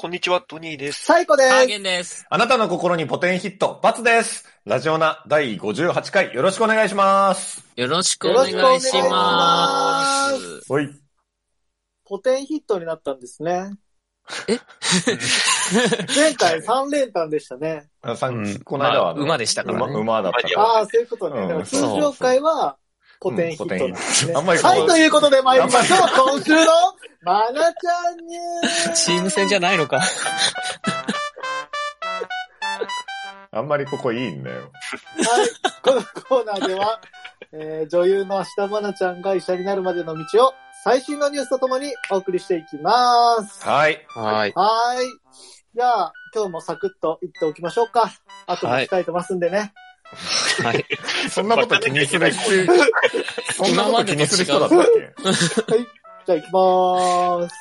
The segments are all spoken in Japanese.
こんにちは、トニーです。最高でハーすゲンです。あなたの心にポテンヒット、バツです。ラジオナ第58回、よろしくお願いします。よろしくお願いしまよろしくお願いしす。おい。ポテンヒットになったんですね。え 前回3連単でしたね。あさんうんこの間は、まあ馬でしたからね馬馬だったから。ああ、そういうことね。うんだから通常回はポテンヒットなんですね。うんポテンヒットはい、ということで参りましょう。今週のマナちゃんニュースチーム戦じゃないのか。あんまりここいいんだよ。はい、このコーナーでは、 えー女優の芦田愛菜ちゃんが医者になるまでの道を最新のニュースとともにお送りしていきます。はい。はい。はい。じゃあ、今日もサクッと言っておきましょうか。あとで控えてますんでね。はい。そんなこと気にする人、 そんなこと気にする人だったっけじゃあ行きまーす。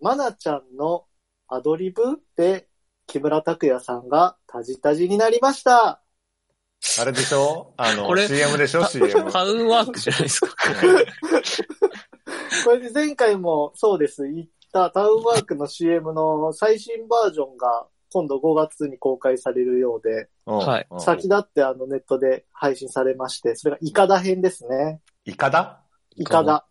まなちゃんのアドリブで木村拓哉さんがタジタジになりました。あれでしょあのこ、れ CM でしょ ?CM。タウンワークじゃないですか。これで前回もそうです、言ったタウンワークの CM の最新バージョンが今度5月に公開されるようで、はいうん。先立ってあのネットで配信されまして、それがイカダ編ですね。イカだイカダ。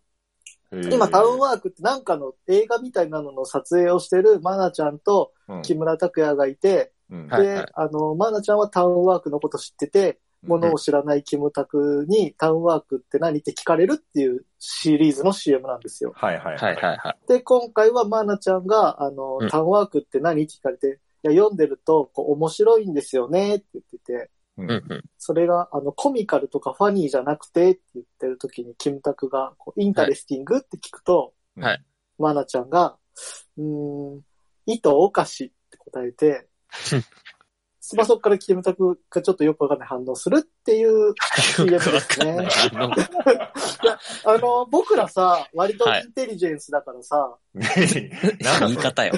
今タウンは、ワークってなんかの映画みたいなのの撮影をしてるまなちゃんとうん木村拓哉がいて、うんはいで、あの、マナちゃんはタウンワークのこと知ってて、ものを知らないキムタクにタウンワークって何って聞かれるっていうシリーズの CM なんですよ。はいはいはいはいはで、今回はマナちゃんが、あのう、んタウンワークって何って聞かれて、いや、読んでると、こう、面白いんですよねって言ってて、い。 うんうん。それが、あの、コミカルとかファニーじゃなくてって言ってる時に、キムタクが、こう、インタレスティングって聞くと、はいマナちゃんが、うーん、糸おかしって答え て、スマそこからキムタクがちょっとよくわかんない反応するっていう CM ですね。あの、僕らさ、割とインテリジェンスだからさ、なんだ言い方よ。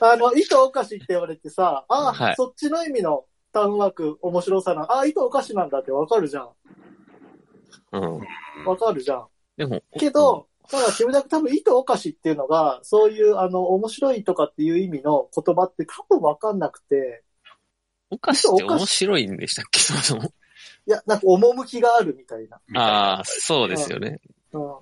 あの、糸おかしって言われてさ、あ、はいそっちの意味のタウンワーク面白さな、あ、糸おかしなんだってわかるじゃん。うん。わかるじゃん。でも、けど、ただ、キムタク多分、糸おかしっていうのが、そういう、あの、面白いとかっていう意味の言葉って多分わかんなくて、お菓子って面白いんでしたっけそもいや、なんか、趣があるみたいな。そも。ああ、そうですよね。うん。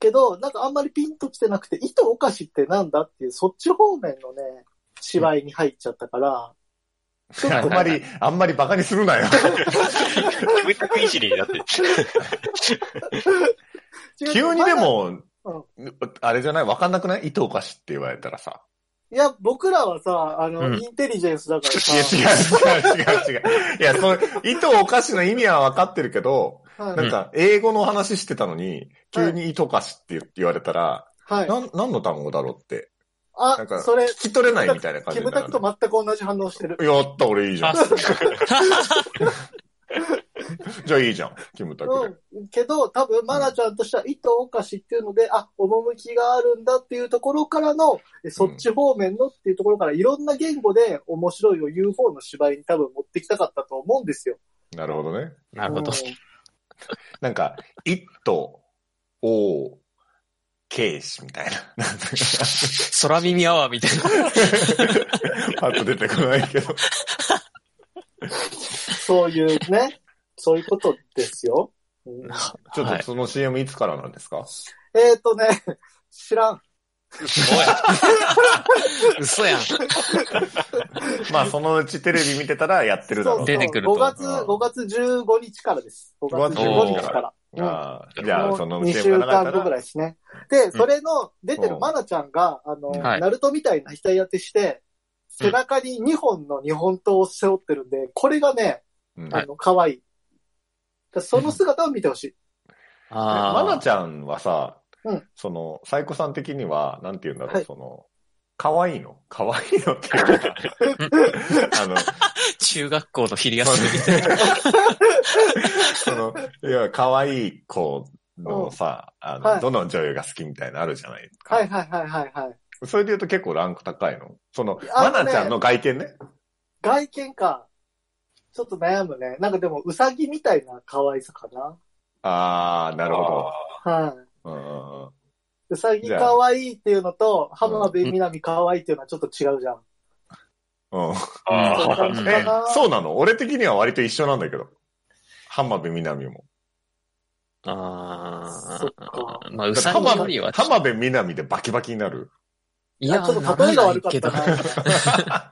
けど、なんかあんまりピンときてなくて、糸おかしってなんだっていう、そっち方面のね、芝居に入っちゃったから、ちょっ あとんまり、あんまりバカにするなよ。キムタクいじりになってる。急にで、もうん、あれじゃないわかんなくない糸おかしって言われたらさ。いや、僕らはさ、あの、うんインテリジェンスだからいや、さ、違う違う違う違う。いや、その、糸おかしの意味は分かってるけど、はいなんか、英語の話してたのに、急に糸おかしって言われたら、はい。なん、何の単語だろうって、なんあ、かそれ、聞き取れないみたいな感キじにムなタるクとの。全く同じ反応してる。やった、俺いいじゃんあ。そうじゃあいいじゃん、キムタクで。うん。けど、多分、マナちゃんとしては、糸おかしっていうので、あ、趣があるんだっていうところからの、えそっち方面のっていうところから、いろんな言語で面白いを言う方の芝居に多分持ってきたかったと思うんですよ。なるほどね。なるほど。うんなんか、糸、お、けいしみたいな。なんか空耳アワーみたいパッと出てこないけど。そういう ね、そういうことですよ。うんちょっはといその CM いつからなんですかえっ、とね、知らん。な。嘘やん。まあ、そのうちテレビ見てたらやってるだろう出てくると5月、5月15日からです。5月15日から。うんああ、じゃあ、その2 CM 週が流れ間た後ぐららいですね。で、それの出てるマナちゃんが、あの、はいナルトみたいな額当てして、背中に2本の日本刀を背負ってるんで、これがね、うん。あの、可愛い。だその姿を見てほしい。ああ。まなちゃんはさうん、その、サイコさん的には、なんて言うんだはろ、いうその、可愛いの可愛いのってい うか、あの、中学校の昼休み。 その、いや、可愛い子のさ、あはいの、どの女優が好きみたいなのあるじゃないか。はいはいはいはいはい。それで言うと結構ランク高いのその、あのまねなちゃんの外見ね。外見か。ちょっと悩むね。なんかでも、ウサギみたいな可愛さかな。あー、なるほはい。ど。うんうんうんうさぎかわいいっていうのと、浜辺美波かわいいっていうのはちょっと違うじゃん。うん。あそあうかえな、そうなの俺的には割と一緒なんだけど。浜辺美波も。あそっかあ。まあ、うさぎよりは、浜辺美波でバキバキになる。いいや、や、ちょっと例えが悪かっなたらないけど な。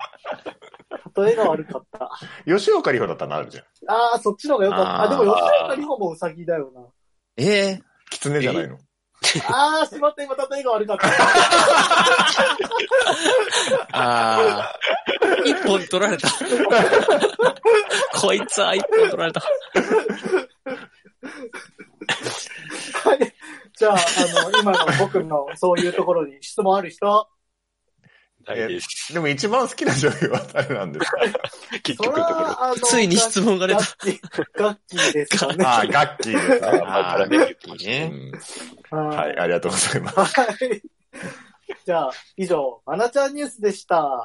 例えが悪かった。吉岡里帆だったらなるじゃん。ああ、そっちの方が良かった。あ、あでーも吉岡里帆もうさぎだよな。ええ狐じゃないの。ああ、しまった、今例えが悪かった。ああ。一本取られた。こいつは一本取られた。はい。じゃあ、あの、今の僕のそういうところに質問ある人、ないです。でも一番好きな女優は誰なんですか結それ局のところ。は、あの、ついに質問が出ガた。ッキー、ガッキーですかね。ああ、ガッキーですね。あーあーね。うはんはい、ありがとうございます。はい。じゃあ、以上、まなちゃんニュースでした。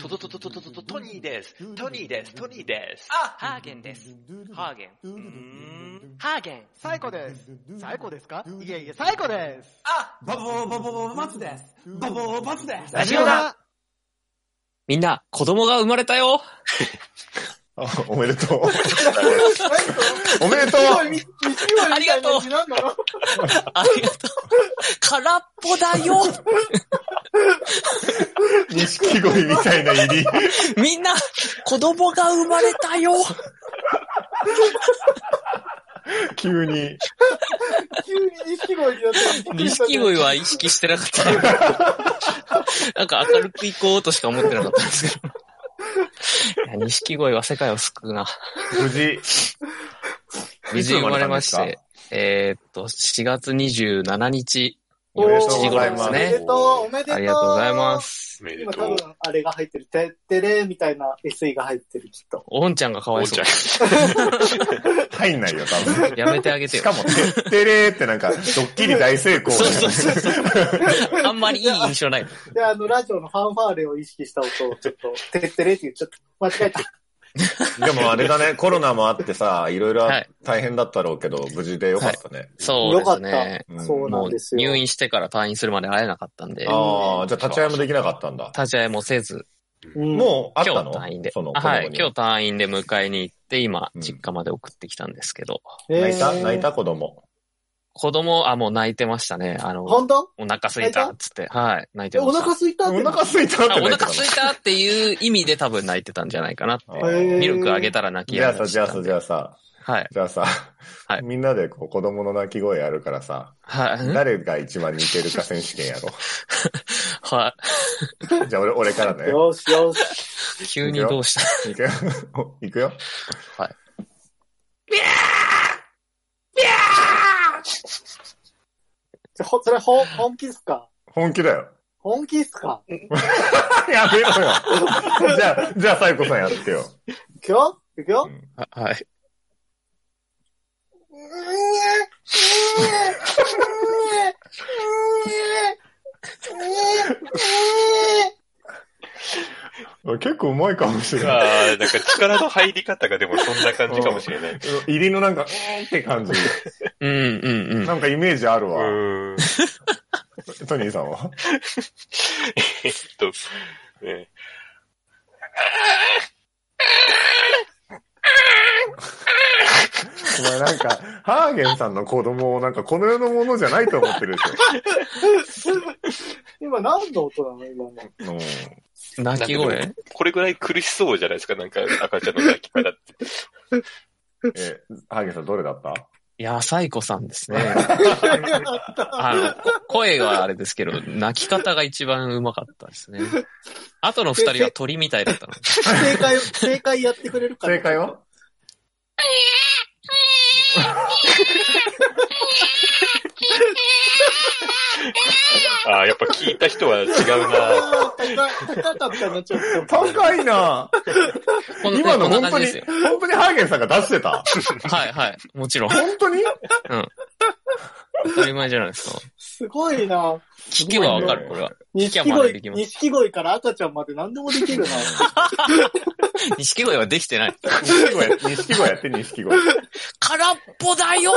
トトトトトトトトニーです。トニーです。トニーです。あ、ハーゲンです。ハーゲン。うーんハーゲン。最高です。最高ですかいえいえ、最高です。あ、バボーバボーバツです。バボーバツです。ラジオだみんな、子供が生まれたよ。あおめでとう。おおめでとうありがとうなんだろありがとう。空っぽだよ。錦鯉みたいな入り。みんな、子供が生まれたよ。急に。急に錦鯉になった。錦鯉は意識してなかったよ。なんか明るく行こうとしか思ってなかったんですけど。いや錦鯉は世界を救うな。無事。無事生まれましいつて、えーっと、4月27日、おめでとう7時頃ござでいますおめでね。とう、おめでとう。。ありがとうございますす。おめで今と多う。分、あれが入ってる。てってれみたいな SE が入ってる、きっと。おんちゃんがかわいおんそちゃんう。入んないよ、多分。やめてあげてしよか。も、てってれーってなんか、ドッキリ大成功。 そうそうそうそう。あんまりいい印象ない。で、あの、ラジオのファンファーレを意識した音を、ちょっと、てってれって言っちゃった。間違えた。でもあれだね、コロナもあってさ、いろいろはい大変だったろうけど、無事でよかったね。そうよでかっすた。ね。うんそうなもんうですよ。入院してから退院するまで会えなかったんで、ああ、じゃあ立ち会いもできなかったんだ。立ち会いもせず、うんもう、あっ今日たの退院でその、。あはい、子供に今日退院で迎えに行って、今う、ん実家まで送ってきたんですけど、泣いた泣い。えーた子供。子供、あ、もう泣いてましたね。あの、本当お腹すいたっつって、はい、泣いえてまおした。腹すいたってお腹すいたってあお泣いて腹たのすいたっていう意味で多分泣いてたんじゃないかな。へーミルクあげたら泣きじゃやあさ、じゃあさ、じゃあさ、はい。じゃあさは、いみんなでこう子供の泣き声やるからさ、はい。誰が一番似てるか選手権やろはう。じゃあ俺、俺からね。よしよし。い。急にどうしたいくよ。いくよ。はい。じゃほそれ、ほ、本気っすか本気だよ。本気っすか やめろよ。じゃあ、じゃあ、サイコさんやってよ。いくよいくよははい。結構うまいかもしれない。ああ、なんか力の入り方がでもそんな感じかもしれない。入りのなんか、うーんって感じ。うんうんうん。なんかイメージあるうわ。ーん。トニーさんはえっと、えお前なんか、ハーゲンさんの子供をなんかこの世のものじゃないと思ってる今何の音なの今の。でし ょ。うん。泣き声これぐらい苦しそうじゃないですか、なんか赤ちゃんの泣き方って。え、ハーゲンさんどれだったいや、サイコさんですね。あの、こ声はあれですけど、泣き方が一番うまかったですね。あとの二人は鳥みたいだったの。正 解、正解やってくれるかな正解はああ、やっぱ聞いた人は違うな。あー高高かったな、ちょっと。高いなこんな今のこん本な当感に、じですよ。本当にハーゲンさんが出してたはいはい。もちろん。 本当に当たり前じゃないですか。すごいな。聞けばわかる、これは。錦まででき鯉、ます錦鯉から赤ちゃんまで何でもでき るな。錦鯉はできてない。錦鯉、錦鯉や って、錦鯉。空っぽだよ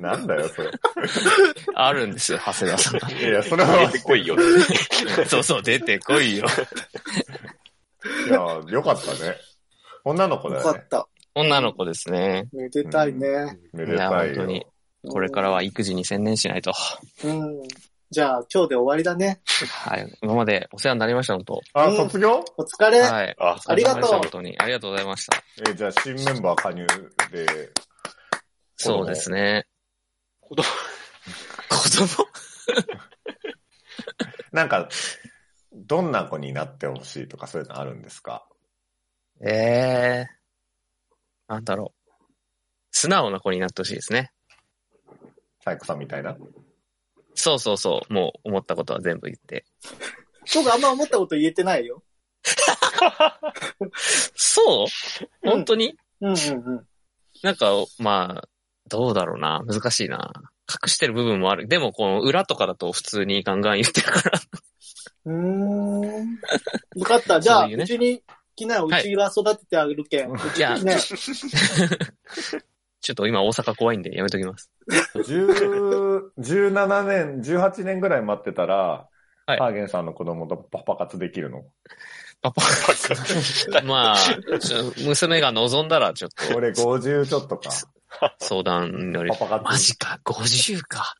なんだよ、それ。あるんですよ、長谷川さんが。いや、それは出て、こいよ。そうそう、出てこいよ。いや、よかったね。女の子だよよかねっ。た。女の子ですね。めでたいね。めいでや、た本い当よ。に。これからは育児に専念しないと。うん。じゃあ、今日で終わりだね。はい。今までお世話になりました、本当。あ、卒業お疲れ。はい。あ、ありがとうお疲れ様でした本当に。ありがとうございました。え、じゃあ新メンバー加入で、そうですね。子供、子供なんか、どんな子になってほしいとかそういうのあるんですかええなんだろう。素直な子になってほしいですね。サイコさんみたいな。そうそうそう。もう思ったことは全部言って。僕あんま思ったこと言えてないよ。そう本当に、うんうんうん。なんか、まあ、どうだろうな。難しいな。隠してる部分もある。でも、この裏とかだと普通にガンガン言ってるから。うーん。よかった。じゃそあ、ういうねうちに来なよ。うはいちは育ててあげるけん。うちいやにね。ちょっと今大阪怖いんでやめときます。 10 17年、18年ぐらい待ってたら、はいハーゲンさんの子供とパパ活できるの。パパ。まあ、ちょ娘が望んだらちょっと俺50ちょっとか。相談より。パパ活マジか、50か。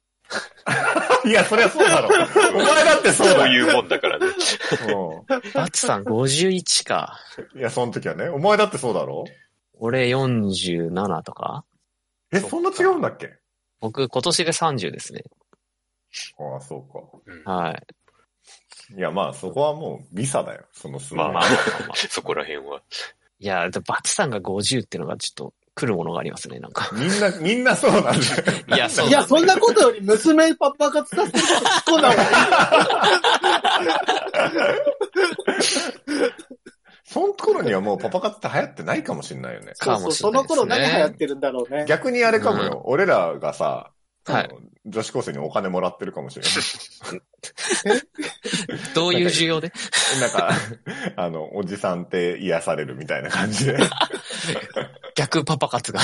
いや、そりゃそうだろ。お前だ ってそうそうだよ。いうもんだからね。バツさん51か。うんいや、その時はね。お前だってそうだろ。俺47とかえ、そんな違うんだっけ僕今年で30ですね。ああ、そうはい。か。いや、まあ、そこはもう、ビサだよ。そのスまマあまあホ。まあまあ、そこら辺は。いや、でバツさんが50ってのがちょっと来るものがありますね、なんか。みんな、みんなそうなんだよ。 いや、そういや、そんなことより娘パパ活させてること突っ込んだ方がいい その頃にはもうパパ活って流行ってないかもしれないよね。かそもうしそれう、そなのいです頃何ね流行ってるんだろうね。逆にあれかもよ。俺らがさ、はいあの女子高生にお金もらってるかもしれない。どういう需要でなんか、 あの、おじさんって癒されるみたいな感じで。逆パパ活が。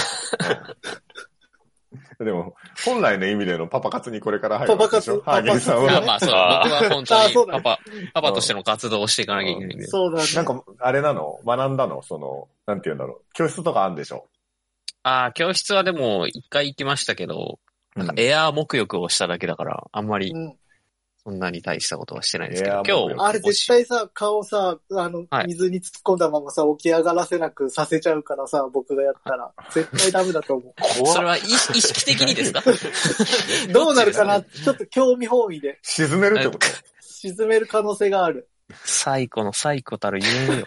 でも、本来の意味でのパパ活にこれから入るパパ活でしょハーゲンさ んまあは。まあ、そうあだ。ー僕は本あーそ当うだねにパパ、パパとしての活動をしていかなきゃいけないんで。そうだね。なんか、あれなの学んだのその、なんて言うんだろう。教室とかあるんでしょああ、教室はでも一回行きましたけど、なんかエアー沐浴をしただけだから、あんまりうんそんなに大したことはしてないですけエどアー、沐浴今日。あれ絶対さ、顔さ、あのは、い水に突っ込んだままさ、起き上がらせなくさせちゃうからさ、僕がやった ら。絶対ダメだと思それはい意識的にですかう。 どうなるかな ちょっと興味本位で沈めるってこと沈める可能性がある。最古の最古たるゆえんよ。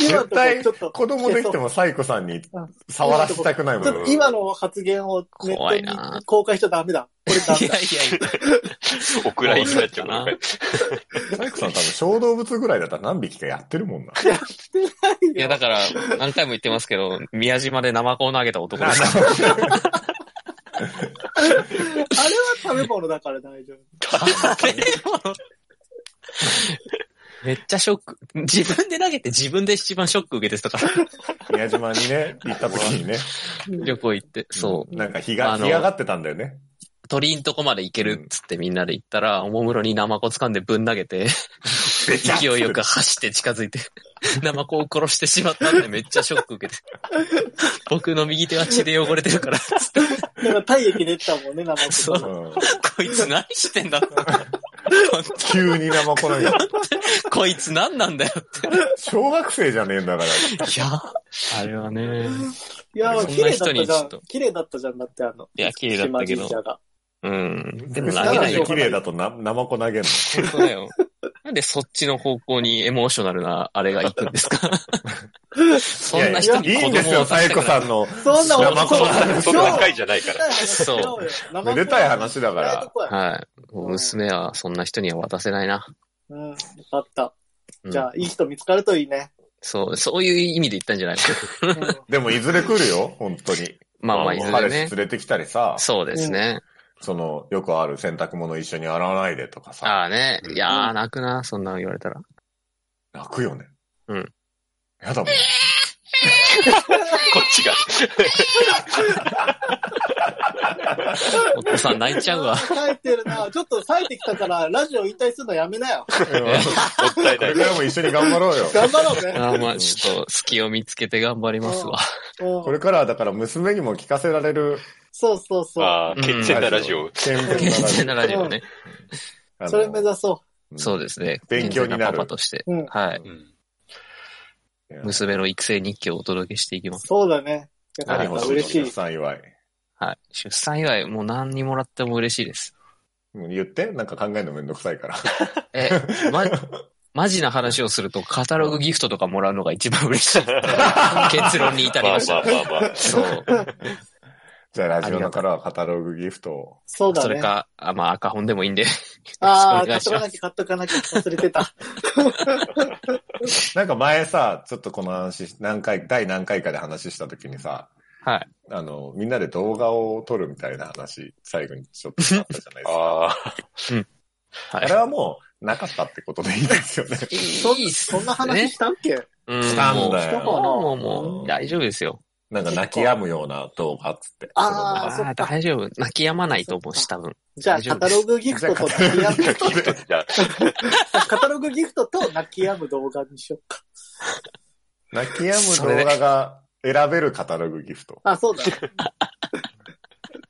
今のと絶こ対、ちょっと、子供できてもサイコさんに触らせたくないもんちょっと。今の発言をネ怖ッいトなに公開しちゃダメだ。これダいメやだ。いやいや。お蔵入りになっちゃうそうだのなサイコさん多分小動物ぐらいだったら何匹かやってるもんな。いや、だから、何回も言ってますけど、宮島で生子を投げた男ですから。あれは食べ物だから大丈夫。 めっちゃショック。自分で投げて自分で一番ショック受けて たから、宮島にね、行った時にね。旅行行って。そう。なんか日が、あの日ががってたんだよね。鳥んとこまで行けるっつってみんなで行ったら、おもむろにナマコ掴んでぶん投げて、勢いよく走って近づいて、 ナマコを殺してしまったんでめっちゃショック受け て。僕の右手は血で汚れてるから、つってなんか体液出てたもんね、生 そううんこいつ何して んだって急に生こない。こいつ何なんだよって。小学生じゃねえんだから。いや、あれはね。いや、そん綺な麗だ人ったにじちょゃっんと。綺麗だったじゃん、だってあの。いや綺麗だったけど島神社がうん。でも投なげんないでよ。綺麗だとな生子投げんの本当だよ。なんでそっちの方向にエモーショナルなあれが行くんですか そんな人いにやいい子んです供よ、をサさイせコたくない。さんの。そんな生子そう。はそんな深いじゃないから。そうめでたい話だから。生子ははい。もう娘はそんな人には渡せないな。うん、よかった。うんじゃあ、いい人見つかるといいね。そう、そういう意味で言ったんじゃないうんでも、いずれ来るよ、本当に。まあまあ、いずれ彼氏連ね。れてきたりさ、そうですね。その、よくある洗濯物一緒に洗わないでとかさ、ああね。いやー、泣くな、そんなの言われたら。泣くよね。うん。 やだも ん。こっちが。お父さん泣いちゃう わ。冴えてるな。ちょっと冴えてきたから、ラジオ引退するのやめなもよ。ったいこなれいか。らも一緒に頑張ろうよ。頑張ろうね。あーまあちょっと、隙を見つけて頑張りますわ。うん これからはだから娘にも聞かせられる。そうそうそう。ああ、うん健全なラジ オ。健健全全ななララジジオね。オ。それ目だ。指そそうですね。勉強になる健全パパとして。う。うん。はい。うん娘の育成日記をお届けしていきます。そうだね。いや何なんほかど嬉しい。幸い。はい。出産祝い、もう何にもらっても嬉しいです。もう言ってなんか考えるのめんどくさ いから。え、ま、マジな話をすると、カタログギフトとかもらうのが一番嬉しい。結論に至りまあましまた。あまあまあ。そう。じゃあラジオのからはカタログギフトを。そうだそれね。か、あまあ赤本でもいいんで。よろし くおああ、買願いっとしかまなすきゃ買っとかなきゃ忘れてた。なんか前さ、ちょっとこの話、何回、第何回かで話した時にさ、はい。あの、みんなで動画を撮るみたいな話、最後にちょっとあったじゃないです か。ああはれい。はもう、なかったってことでいいですよね。 そそんな話したっけうんしたんだしたかよ。なもう、もう、大丈夫ですよ。なんか泣き止むような動画っつって。あーあそっかあ、大丈夫。泣き止まないと思うし、多分。じゃあ、大丈カ夫でタすログギフトと泣き止 むあ、ギフトじゃカタログギフトと泣き止む動画にしようか。泣き止む動画が選べるカタログギフト。あ、そうだ。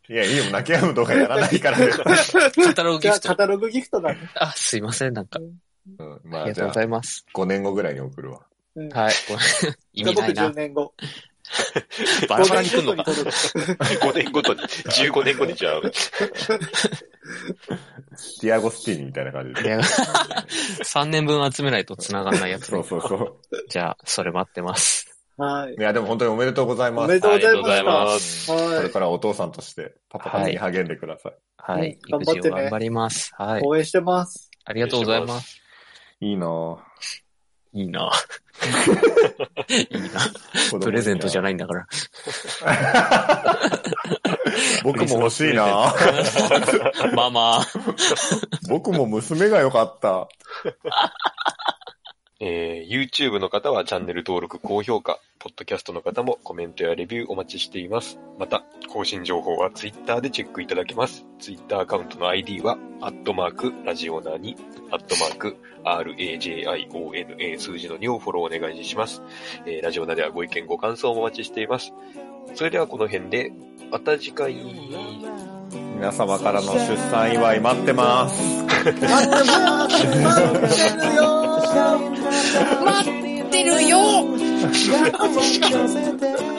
いや、いいよ、泣き止む動画やらないから よ。カタログじギゃあ、フカト。タログギフトだね。あ、すいません、なんか。うん、あまりあがとじうゃごあざ、います。 5年後ぐらいに送るわ。うんはい。ごめん意味な いじゃあな僕10。年後。 バラバラに来んのか。 5年後に撮るあ、5年ごとに、15年後にじゃあ、ディアゴスティーニみたいな感じい で。や3年分集めないと繋がんないやつそ。うそうそう。じゃあ、それ待ってます。はい。いや、でも本当におめでとうございおま。めですとうございまありがとうございましすた。こはれい。からお父さんとして、パパたちに励んでください。はい。うん育児を頑張ります。はい。応援してます。ありがとうございます。いいなぁい いないいな子供にはプレゼントじゃないんだから。僕も欲しいなぁまあまあ。僕も娘が良かった。えー、YouTube の方はチャンネル登録、高評価、ポッドキャストの方もコメントやレビューお待ちしています。また、更新情報は Twitter でチェックいただけます。Twitter アカウントの ID は、アットマーク、ラジオナーに、アットマーク、RAJIONA 数字の2をフォローお願いします。えー、ラジオナではご意見、ご感想もお待ちしています。それではこの辺で、また次回。皆様からの出産祝い待ってます。待ってます待ってるよ待ってるよ待ってるよ